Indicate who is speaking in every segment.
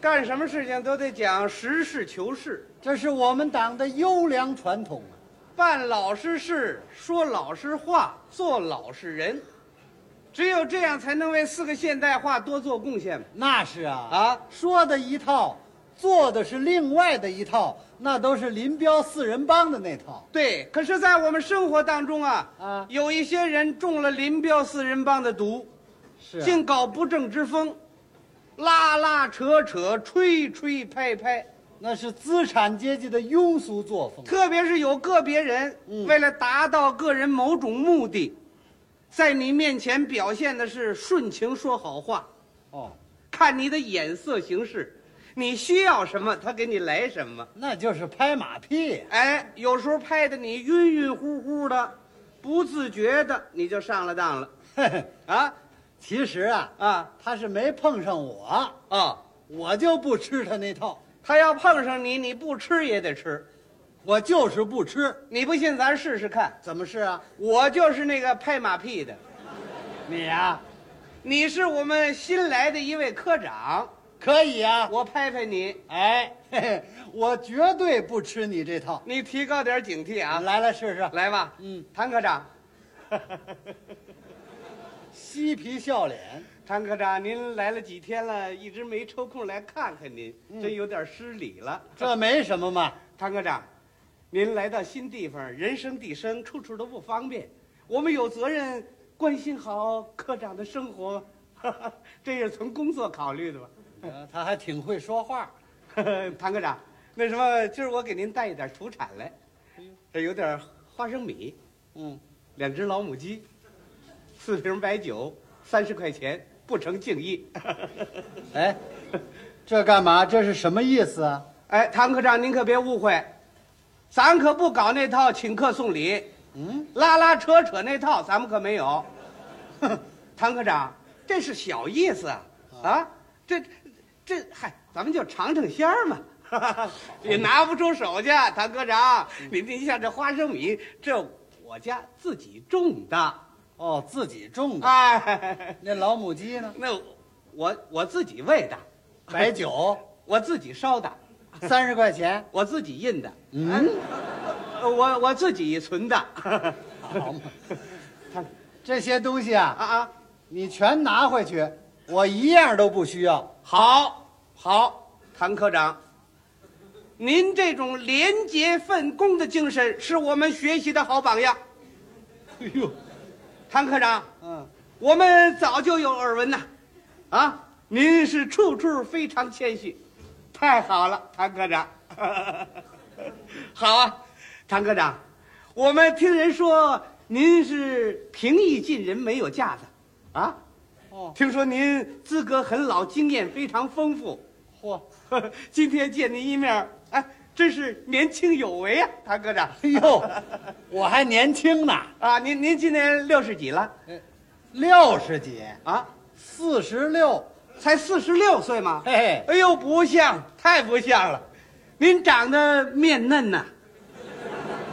Speaker 1: 干什么事情都得讲实事求是，
Speaker 2: 这是我们党的优良传统啊。
Speaker 1: 办老实事，说老实话，做老实人，只有这样才能为四个现代化多做贡献嘛。
Speaker 2: 那是啊，
Speaker 1: 啊
Speaker 2: 说的一套，做的是另外的一套，那都是林彪四人帮的那套。
Speaker 1: 对，可是，在我们生活当中啊，
Speaker 2: 啊
Speaker 1: 有一些人中了林彪四人帮的毒，
Speaker 2: 是
Speaker 1: 净搞不正之风，拉拉扯扯，吹吹拍拍。
Speaker 2: 那是资产阶级的庸俗作风。
Speaker 1: 特别是有个别人、
Speaker 2: 嗯
Speaker 1: 为了达到个人某种目的，在你面前表现的是顺情说好话，
Speaker 2: 哦，
Speaker 1: 看你的眼色行事，你需要什么他给你来什么。
Speaker 2: 那就是拍马屁 呀、
Speaker 1: 哎，有时候拍的你晕晕乎乎的，不自觉的你就上了当了
Speaker 2: 嘿嘿，
Speaker 1: 啊
Speaker 2: 其实啊，
Speaker 1: 啊
Speaker 2: 他是没碰上我，
Speaker 1: 哦！
Speaker 2: 我就不吃他那套，
Speaker 1: 他要碰上你，你不吃也得吃。
Speaker 2: 我就是不吃。
Speaker 1: 你不信，咱试试看。
Speaker 2: 怎么是啊？
Speaker 1: 我就是那个拍马屁的，
Speaker 2: 你呀、
Speaker 1: 你是我们新来的一位科长。
Speaker 2: 可以啊。
Speaker 1: 我拍拍你，
Speaker 2: 哎， 嘿嘿，我绝对不吃你这套。
Speaker 1: 你提高点警惕啊！
Speaker 2: 来来试试，
Speaker 1: 来吧，
Speaker 2: 嗯，
Speaker 1: 谭科长，
Speaker 2: 嬉皮笑脸。
Speaker 1: 谭科长，您来了几天了，一直没抽空来看看您，真有点失礼了。
Speaker 2: 这没什么嘛。
Speaker 1: 谭科长，您来到新地方，人生地生，处处都不方便，我们有责任关心好科长的生活， 这是从工作考虑的吧？
Speaker 2: 呃他还挺会说话，
Speaker 1: 谭科长，那什么，今儿我给您带一点土产来，这有点花生米。
Speaker 2: 嗯，
Speaker 1: 两只老母鸡，四瓶白酒，三十块钱，不成敬意。
Speaker 2: 哎，这干嘛？这是什么意思啊？
Speaker 1: 哎，唐科长，您可别误会，咱可不搞那套请客送礼，
Speaker 2: 嗯，
Speaker 1: 拉拉扯扯那套，咱们可没有。 哼唐科长，这是小意思啊，啊，这这嗨，咱们就尝尝鲜儿嘛。 也拿不出手去，唐科长，你你像这花生米，这我家自己种的，
Speaker 2: 哦，自己种的。
Speaker 1: 哎。
Speaker 2: 那老母鸡呢？
Speaker 1: 那我我自己喂的，
Speaker 2: 白酒
Speaker 1: 我自己烧的，
Speaker 2: 三十块钱，
Speaker 1: 我自己印的，哎
Speaker 2: 嗯，
Speaker 1: 呃我我自己存的。
Speaker 2: 好嘛。
Speaker 1: 他
Speaker 2: 这些东西啊，
Speaker 1: 啊啊，
Speaker 2: 你全拿回去，我一样都不需要。
Speaker 1: 好，好，谭科长，您这种廉洁奉公的精神是我们学习的好榜样。
Speaker 2: 哎呦，
Speaker 1: 谭科长，
Speaker 2: 嗯，
Speaker 1: 我们早就有耳闻呐，啊，您是处处非常谦虚，太好了，谭科长， 好啊，谭科长，我们听人说您是平易近人，没有架子，啊，
Speaker 2: 哦，
Speaker 1: 听说您资格很老，经验非常丰富，
Speaker 2: 嚯，
Speaker 1: 今天见您一面，哎，真是年轻有为啊，谭科长，
Speaker 2: 哎呦，我还年轻呢，
Speaker 1: 啊，您您今年六十几了
Speaker 2: 六十几，
Speaker 1: 啊？
Speaker 2: 四十六，
Speaker 1: 才四十六岁吗？
Speaker 2: 嘿嘿，
Speaker 1: 哎呦，不像，太不像了！您长得面嫩呐、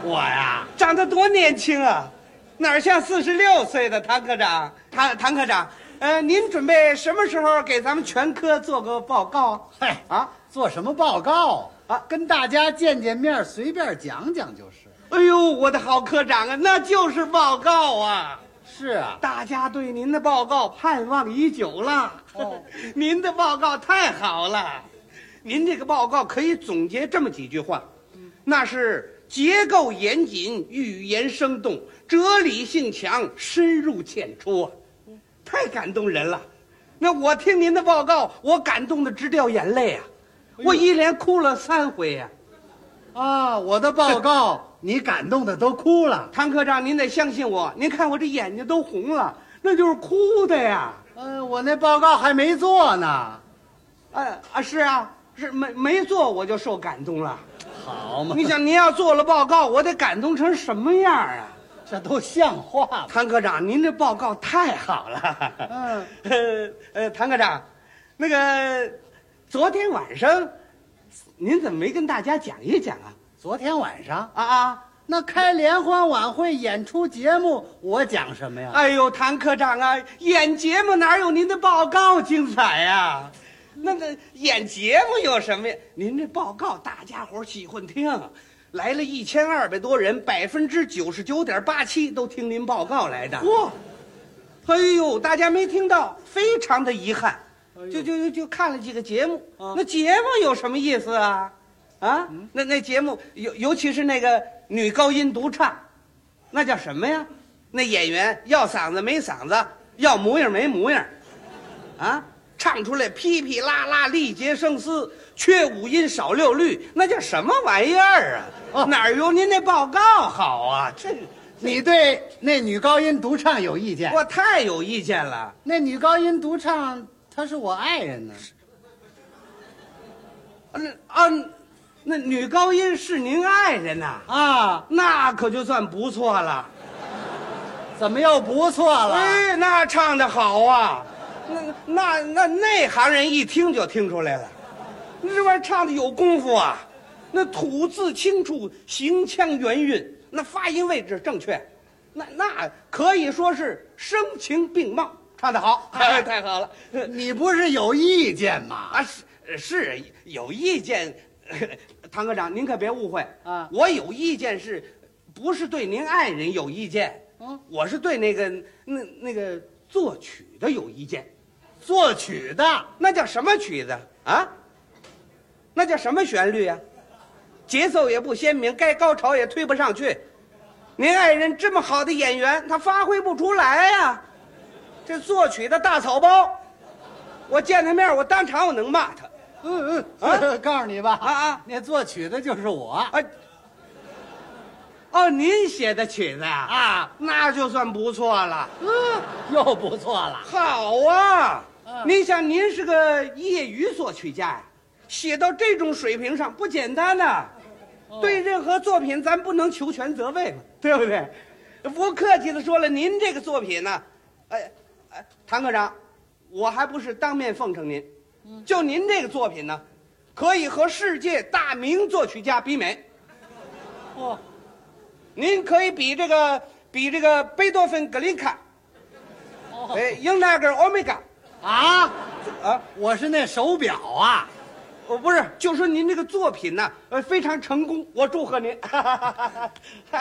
Speaker 2: 我呀，
Speaker 1: 长得多年轻啊，哪儿像四十六岁的谭科长？谭谭科长，呃，您准备什么时候给咱们全科做个报告
Speaker 2: 嘿，
Speaker 1: 啊？
Speaker 2: 做什么报告
Speaker 1: 啊
Speaker 2: 跟大家见见面，随便讲讲就是。
Speaker 1: 哎呦，我的好科长啊，那就是报告啊！
Speaker 2: 是啊，
Speaker 1: 大家对您的报告盼望已久了。
Speaker 2: 哦
Speaker 1: 您的报告太好了，您这个报告可以总结这么几句话，那是结构严谨、语言生动、哲理性强、深入浅出啊，太感动人了。那我听您的报告，我感动的直掉眼泪啊，我一连哭了三回呀、
Speaker 2: 啊，我的报 告你感动的都哭了。
Speaker 1: 唐科长，您得相信我，您看我这眼睛都红了，那就是哭的呀。
Speaker 2: 嗯、我那报告还没做呢。
Speaker 1: 哎啊，是啊，是没没做我就受感动 了。
Speaker 2: 好嘛，
Speaker 1: 你想，您要做了报告，我得感动成什么样啊？
Speaker 2: 这都像话吗？
Speaker 1: 谭科长，您这报告太好了。
Speaker 2: 嗯，
Speaker 1: 呃呃，谭科长，那个昨天晚上，您怎么没跟大家讲一讲啊？
Speaker 2: 昨天晚上
Speaker 1: 啊啊！
Speaker 2: 那开联欢晚会演出节目，我讲什 么呀？
Speaker 1: 啊哎呦，谭科长啊，演节目哪有您的报告精彩呀、那个演节目有什么呀？您这报告大家伙儿喜欢听，来了一千二百多人，百分之九十九点八七都听您报告来的。
Speaker 2: 嚯，
Speaker 1: 哎呦，大家没听到，非常的遗憾
Speaker 2: 哎呦，
Speaker 1: 就就就就看了几个节目、
Speaker 2: 啊嗯
Speaker 1: 那节目有什么意思啊？啊，那那节目尤尤其是那个女高音独唱，那叫什么呀？那演员要嗓子没嗓子，要模样没模样，啊，唱出来噼噼啦啦，力竭声嘶，缺五音少六律，那叫什么玩意儿啊？
Speaker 2: 哦
Speaker 1: 哪儿有您那报告好啊？ 这
Speaker 2: 你对那女高音独唱有意见？
Speaker 1: 我太有意见了。
Speaker 2: 那女高音独唱，她是我爱人呢。
Speaker 1: 嗯啊，那女高音是您爱人呐、
Speaker 2: 啊，
Speaker 1: 那可就算不错了。
Speaker 2: 怎么又不错了？
Speaker 1: 哎，那唱的好啊，那那那内行人一听就听出来了，那这玩意儿唱的有功夫啊，那吐字清楚，行腔圆韵，那发音位置正确，那那可以说是声情并茂，唱的好， 哎，太好了。
Speaker 2: 你不是有意见吗？
Speaker 1: 啊，是是有意见， 唐科长您可别误会
Speaker 2: 啊
Speaker 1: 我有意见是，不是对您爱人有意见？
Speaker 2: 嗯，
Speaker 1: 我是对那个那那个作曲的有意见，
Speaker 2: 作曲的，
Speaker 1: 那叫什么曲子啊？那叫什么旋律啊？节奏也不鲜明，该高潮也推不上去。您爱人这么好的演员，他发挥不出来呀、这作曲的大草包，我见他面，我当场我能骂他。
Speaker 2: 嗯
Speaker 1: 啊
Speaker 2: 嗯， 告诉你吧，
Speaker 1: 啊啊
Speaker 2: 那作曲的就是我。
Speaker 1: 啊，哦，您写的曲子呀、啊？
Speaker 2: 啊，
Speaker 1: 那就算不错了。
Speaker 2: 嗯，又不错了。
Speaker 1: 好啊，
Speaker 2: 嗯
Speaker 1: 您想，您是个业余作曲家呀、写到这种水平上不简单呐、
Speaker 2: 嗯
Speaker 1: 对任何作品，咱不能求全责备嘛，对不对？不客气的说了，您这个作品呢、哎哎，唐科长，我还不是当面奉承您，
Speaker 2: 嗯
Speaker 1: 就您这个作品呢，可以和世界大名作曲家比美。
Speaker 2: 哦，
Speaker 1: 您可以比这个比这个贝多芬、格林卡，
Speaker 2: 哦
Speaker 1: 哎，英纳格尔、欧米伽，
Speaker 2: 啊，
Speaker 1: 啊，
Speaker 2: 我是那手表啊。
Speaker 1: 哦，不是，就说您这个作品呢，呃，非常成功，我祝贺您。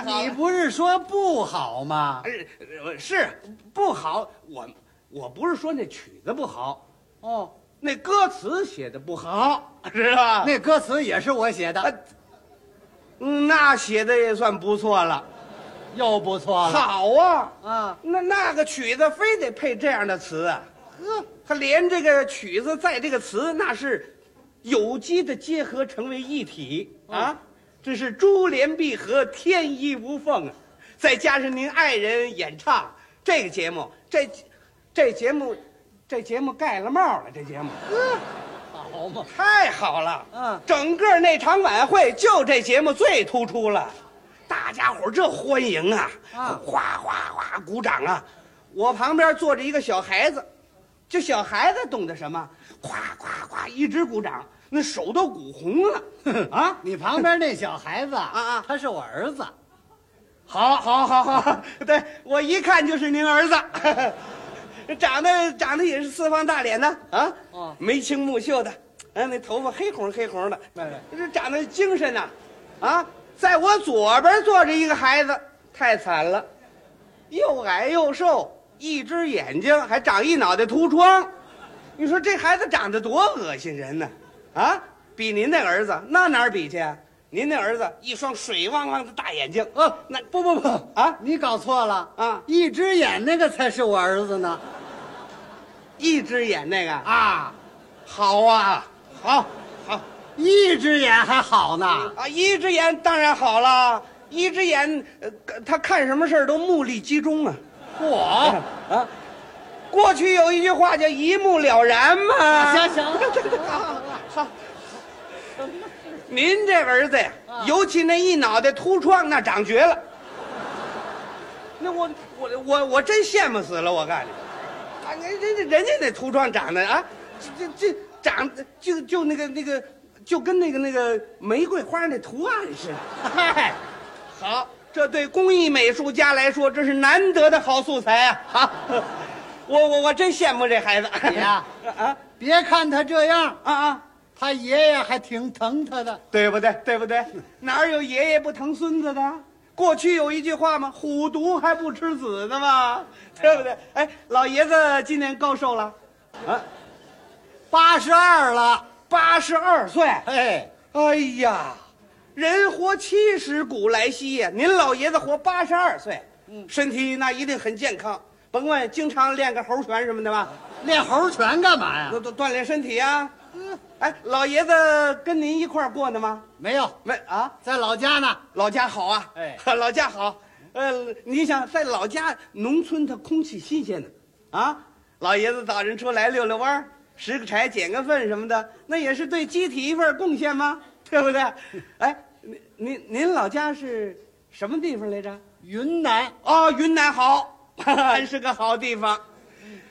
Speaker 2: 你
Speaker 1: 你
Speaker 2: 不是说不好吗？
Speaker 1: 是呃是不好，我我不是说那曲子不好，
Speaker 2: 哦，
Speaker 1: 那歌词写的不好，是吧？
Speaker 2: 那歌词也是我写
Speaker 1: 那
Speaker 2: 的，
Speaker 1: 嗯那写的也算不错了，
Speaker 2: 又不错了。
Speaker 1: 好啊。
Speaker 2: 啊，
Speaker 1: 那那个曲子非得配这样的词啊？
Speaker 2: 呵，
Speaker 1: 他连这个曲子在这个词，那是有机的结合成为一体啊，这是珠联璧合，天衣无缝啊！再加上您爱人演唱这个节目，这这节目，这节目盖了帽了，这节目
Speaker 2: 好嘛。
Speaker 1: 太好了。
Speaker 2: 嗯
Speaker 1: 整个那场晚会就这节目最突出了，大家伙儿这欢迎啊，
Speaker 2: 啊
Speaker 1: 哗哗哗鼓掌啊！我旁边坐着一个小孩子，这小孩子懂得什么？夸夸夸一直鼓掌，那手都鼓红了 啊！
Speaker 2: 你旁边那小孩子啊
Speaker 1: 啊
Speaker 2: 他是我儿子。
Speaker 1: 好，好，好， 好，对我一看就是您儿子， 长得长得也是四方大脸的啊，
Speaker 2: 哦
Speaker 1: 眉清目秀的，嗯、那头发黑红黑红的，
Speaker 2: 对对
Speaker 1: 这长得精神呐、啊，在我左边坐着一个孩子，太惨了，又矮又瘦，一只眼睛还长一脑袋秃疮，你说这孩子长得多恶心人呢、啊？比您那儿子那哪儿比去、啊？您那儿子一双水汪汪的大眼睛，
Speaker 2: 哦，
Speaker 1: 那不不不啊，
Speaker 2: 你搞错了
Speaker 1: 啊
Speaker 2: 一只眼那个才是我儿子呢。
Speaker 1: 一只眼那个
Speaker 2: 啊，
Speaker 1: 好啊，好，好
Speaker 2: 一只眼还好呢。
Speaker 1: 啊，一只眼当然好了，一只眼呃，他看什么事儿都目力集中啊
Speaker 2: 我
Speaker 1: 啊。过去有一句话叫一目了然嘛。
Speaker 2: 啊行行了
Speaker 1: 好，您这儿子呀，尤其那一脑袋秃疮，那长绝了。那我我我我真羡慕死了，我告诉你，啊，人人家人家那秃疮长得啊，这这这长就就那个那个就跟那个那个玫瑰花那图案似的。
Speaker 2: 嗨，
Speaker 1: 好，这对工艺美术家来说，这是难得的好素材啊！啊，我我我真羡慕这孩子。
Speaker 2: 你呀
Speaker 1: 啊，
Speaker 2: 别看他这样，
Speaker 1: 啊啊，
Speaker 2: 他爷爷还挺疼他的。
Speaker 1: 对不对？对不对？哪儿有爷爷不疼孙子的？过去有一句话嘛，虎毒还不吃子呢嘛，对不对？哎，老爷子今年高寿了？
Speaker 2: 八十二了，
Speaker 1: 八十二岁。
Speaker 2: 哎，
Speaker 1: 哎呀，人活七十古来稀呀、您老爷子活八十二岁，嗯，身体那一定很健康。甭问，经常练个猴拳什么的吧，
Speaker 2: 练猴拳干嘛呀？
Speaker 1: 锻锻锻炼身体啊。
Speaker 2: 嗯，
Speaker 1: 哎，老爷子跟您一块儿过的吗？
Speaker 2: 没有，
Speaker 1: 没啊。
Speaker 2: 在老家呢。
Speaker 1: 老家好啊，
Speaker 2: 哎
Speaker 1: 老家好。呃，你想在老家农村，它空气新鲜呢，啊，老爷子早晨出来溜溜弯儿拾个柴、捡个粪什么的，那也是对集体一份贡献吗？ 对不对？ 哎，您您您老家是什么地方来着？
Speaker 2: 云南
Speaker 1: 哦，云南好，还 是个好地方。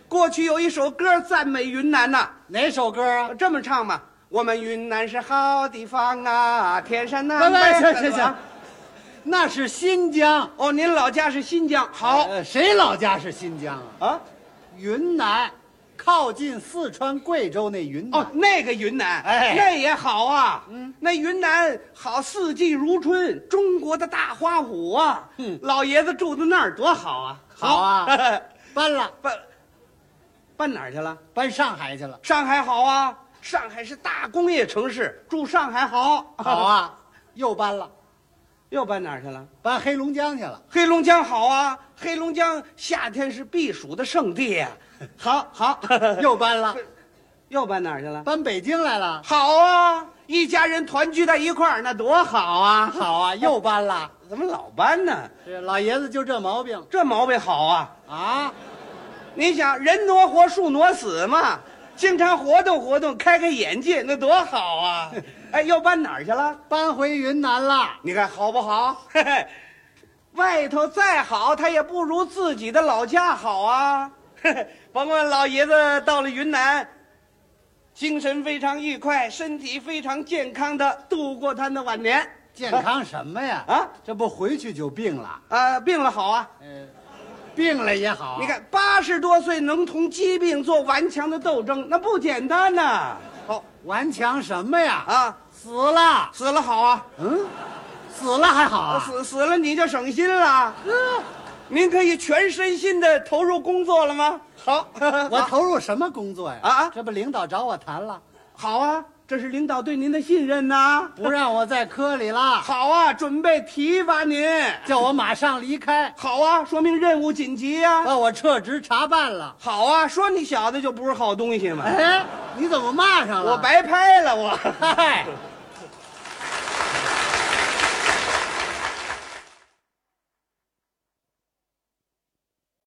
Speaker 1: 过去有一首歌赞美云南呐、
Speaker 2: 哪首歌啊？
Speaker 1: 这么唱嘛，我们云南是好地方啊，天山
Speaker 2: 喂
Speaker 1: 南
Speaker 2: 喂，
Speaker 1: 北。
Speaker 2: 行行行，那是新疆。
Speaker 1: 哦，您老家是新疆，好
Speaker 2: 呃，谁老家是新疆啊？
Speaker 1: 啊？
Speaker 2: 云南，靠近四川、贵州那云南。
Speaker 1: 哦，那个云南，
Speaker 2: 哎
Speaker 1: 那也好啊。嗯，那云南好，四季如春，中国的大花圃啊。
Speaker 2: 嗯
Speaker 1: 老爷子住在那儿多好 啊！
Speaker 2: 好啊，搬了，
Speaker 1: 搬搬哪儿去了？
Speaker 2: 搬上海去了。
Speaker 1: 上海好啊，上海是大工业城市，住上海好。
Speaker 2: 好，啊，又搬了，
Speaker 1: 又搬哪儿去了？
Speaker 2: 搬黑龙江去了。
Speaker 1: 黑龙江好啊，黑龙江夏天是避暑的圣地呀、好好，
Speaker 2: 又搬了，
Speaker 1: 又搬哪儿去了？
Speaker 2: 搬北京来了。
Speaker 1: 好啊，一家人团聚在一块儿，那多好啊！
Speaker 2: 好啊，又搬了。
Speaker 1: 怎么老搬呢？
Speaker 2: 这老爷子就这毛病
Speaker 1: 这毛病好啊！
Speaker 2: 啊！
Speaker 1: 你想，人挪活，树挪死嘛，经常活动活动，开开眼界，那多好 啊！哎，又搬哪儿去了？
Speaker 2: 搬回云南了。
Speaker 1: 你看好不好？嘿嘿， 外头再好，他也不如自己的老家好啊！嘿嘿， 甭管老爷子到了云南，精神非常愉快，身体非常健康的度过他的晚年。
Speaker 2: 健康什么呀？
Speaker 1: 啊，
Speaker 2: 这不回去就病了。
Speaker 1: 啊，病了好啊！
Speaker 2: 呃，病了也好。
Speaker 1: 你，看，八十多岁能同疾病做顽强的斗争，那不简单呐、好
Speaker 2: 顽强什么呀？
Speaker 1: 啊，
Speaker 2: 死了，
Speaker 1: 死了好啊，
Speaker 2: 嗯，死了还好啊。
Speaker 1: 死死了你就省心了。
Speaker 2: 嗯
Speaker 1: 您可以全身心的投入工作了吗？ 好，
Speaker 2: 我投入什么工作呀？
Speaker 1: 啊啊
Speaker 2: 这不领导找我谈了，
Speaker 1: 好啊，这是领导对您的信任呐、
Speaker 2: 不让我在科里了，
Speaker 1: 好啊，准备提拔您。
Speaker 2: 叫我马上离开，
Speaker 1: 好啊，说明任务紧急呀、
Speaker 2: 把我撤职查办了。
Speaker 1: 好啊，说你小子就不是好东西嘛，
Speaker 2: 哎，你怎么骂上了？
Speaker 1: 我白拍了我。
Speaker 2: 嗨，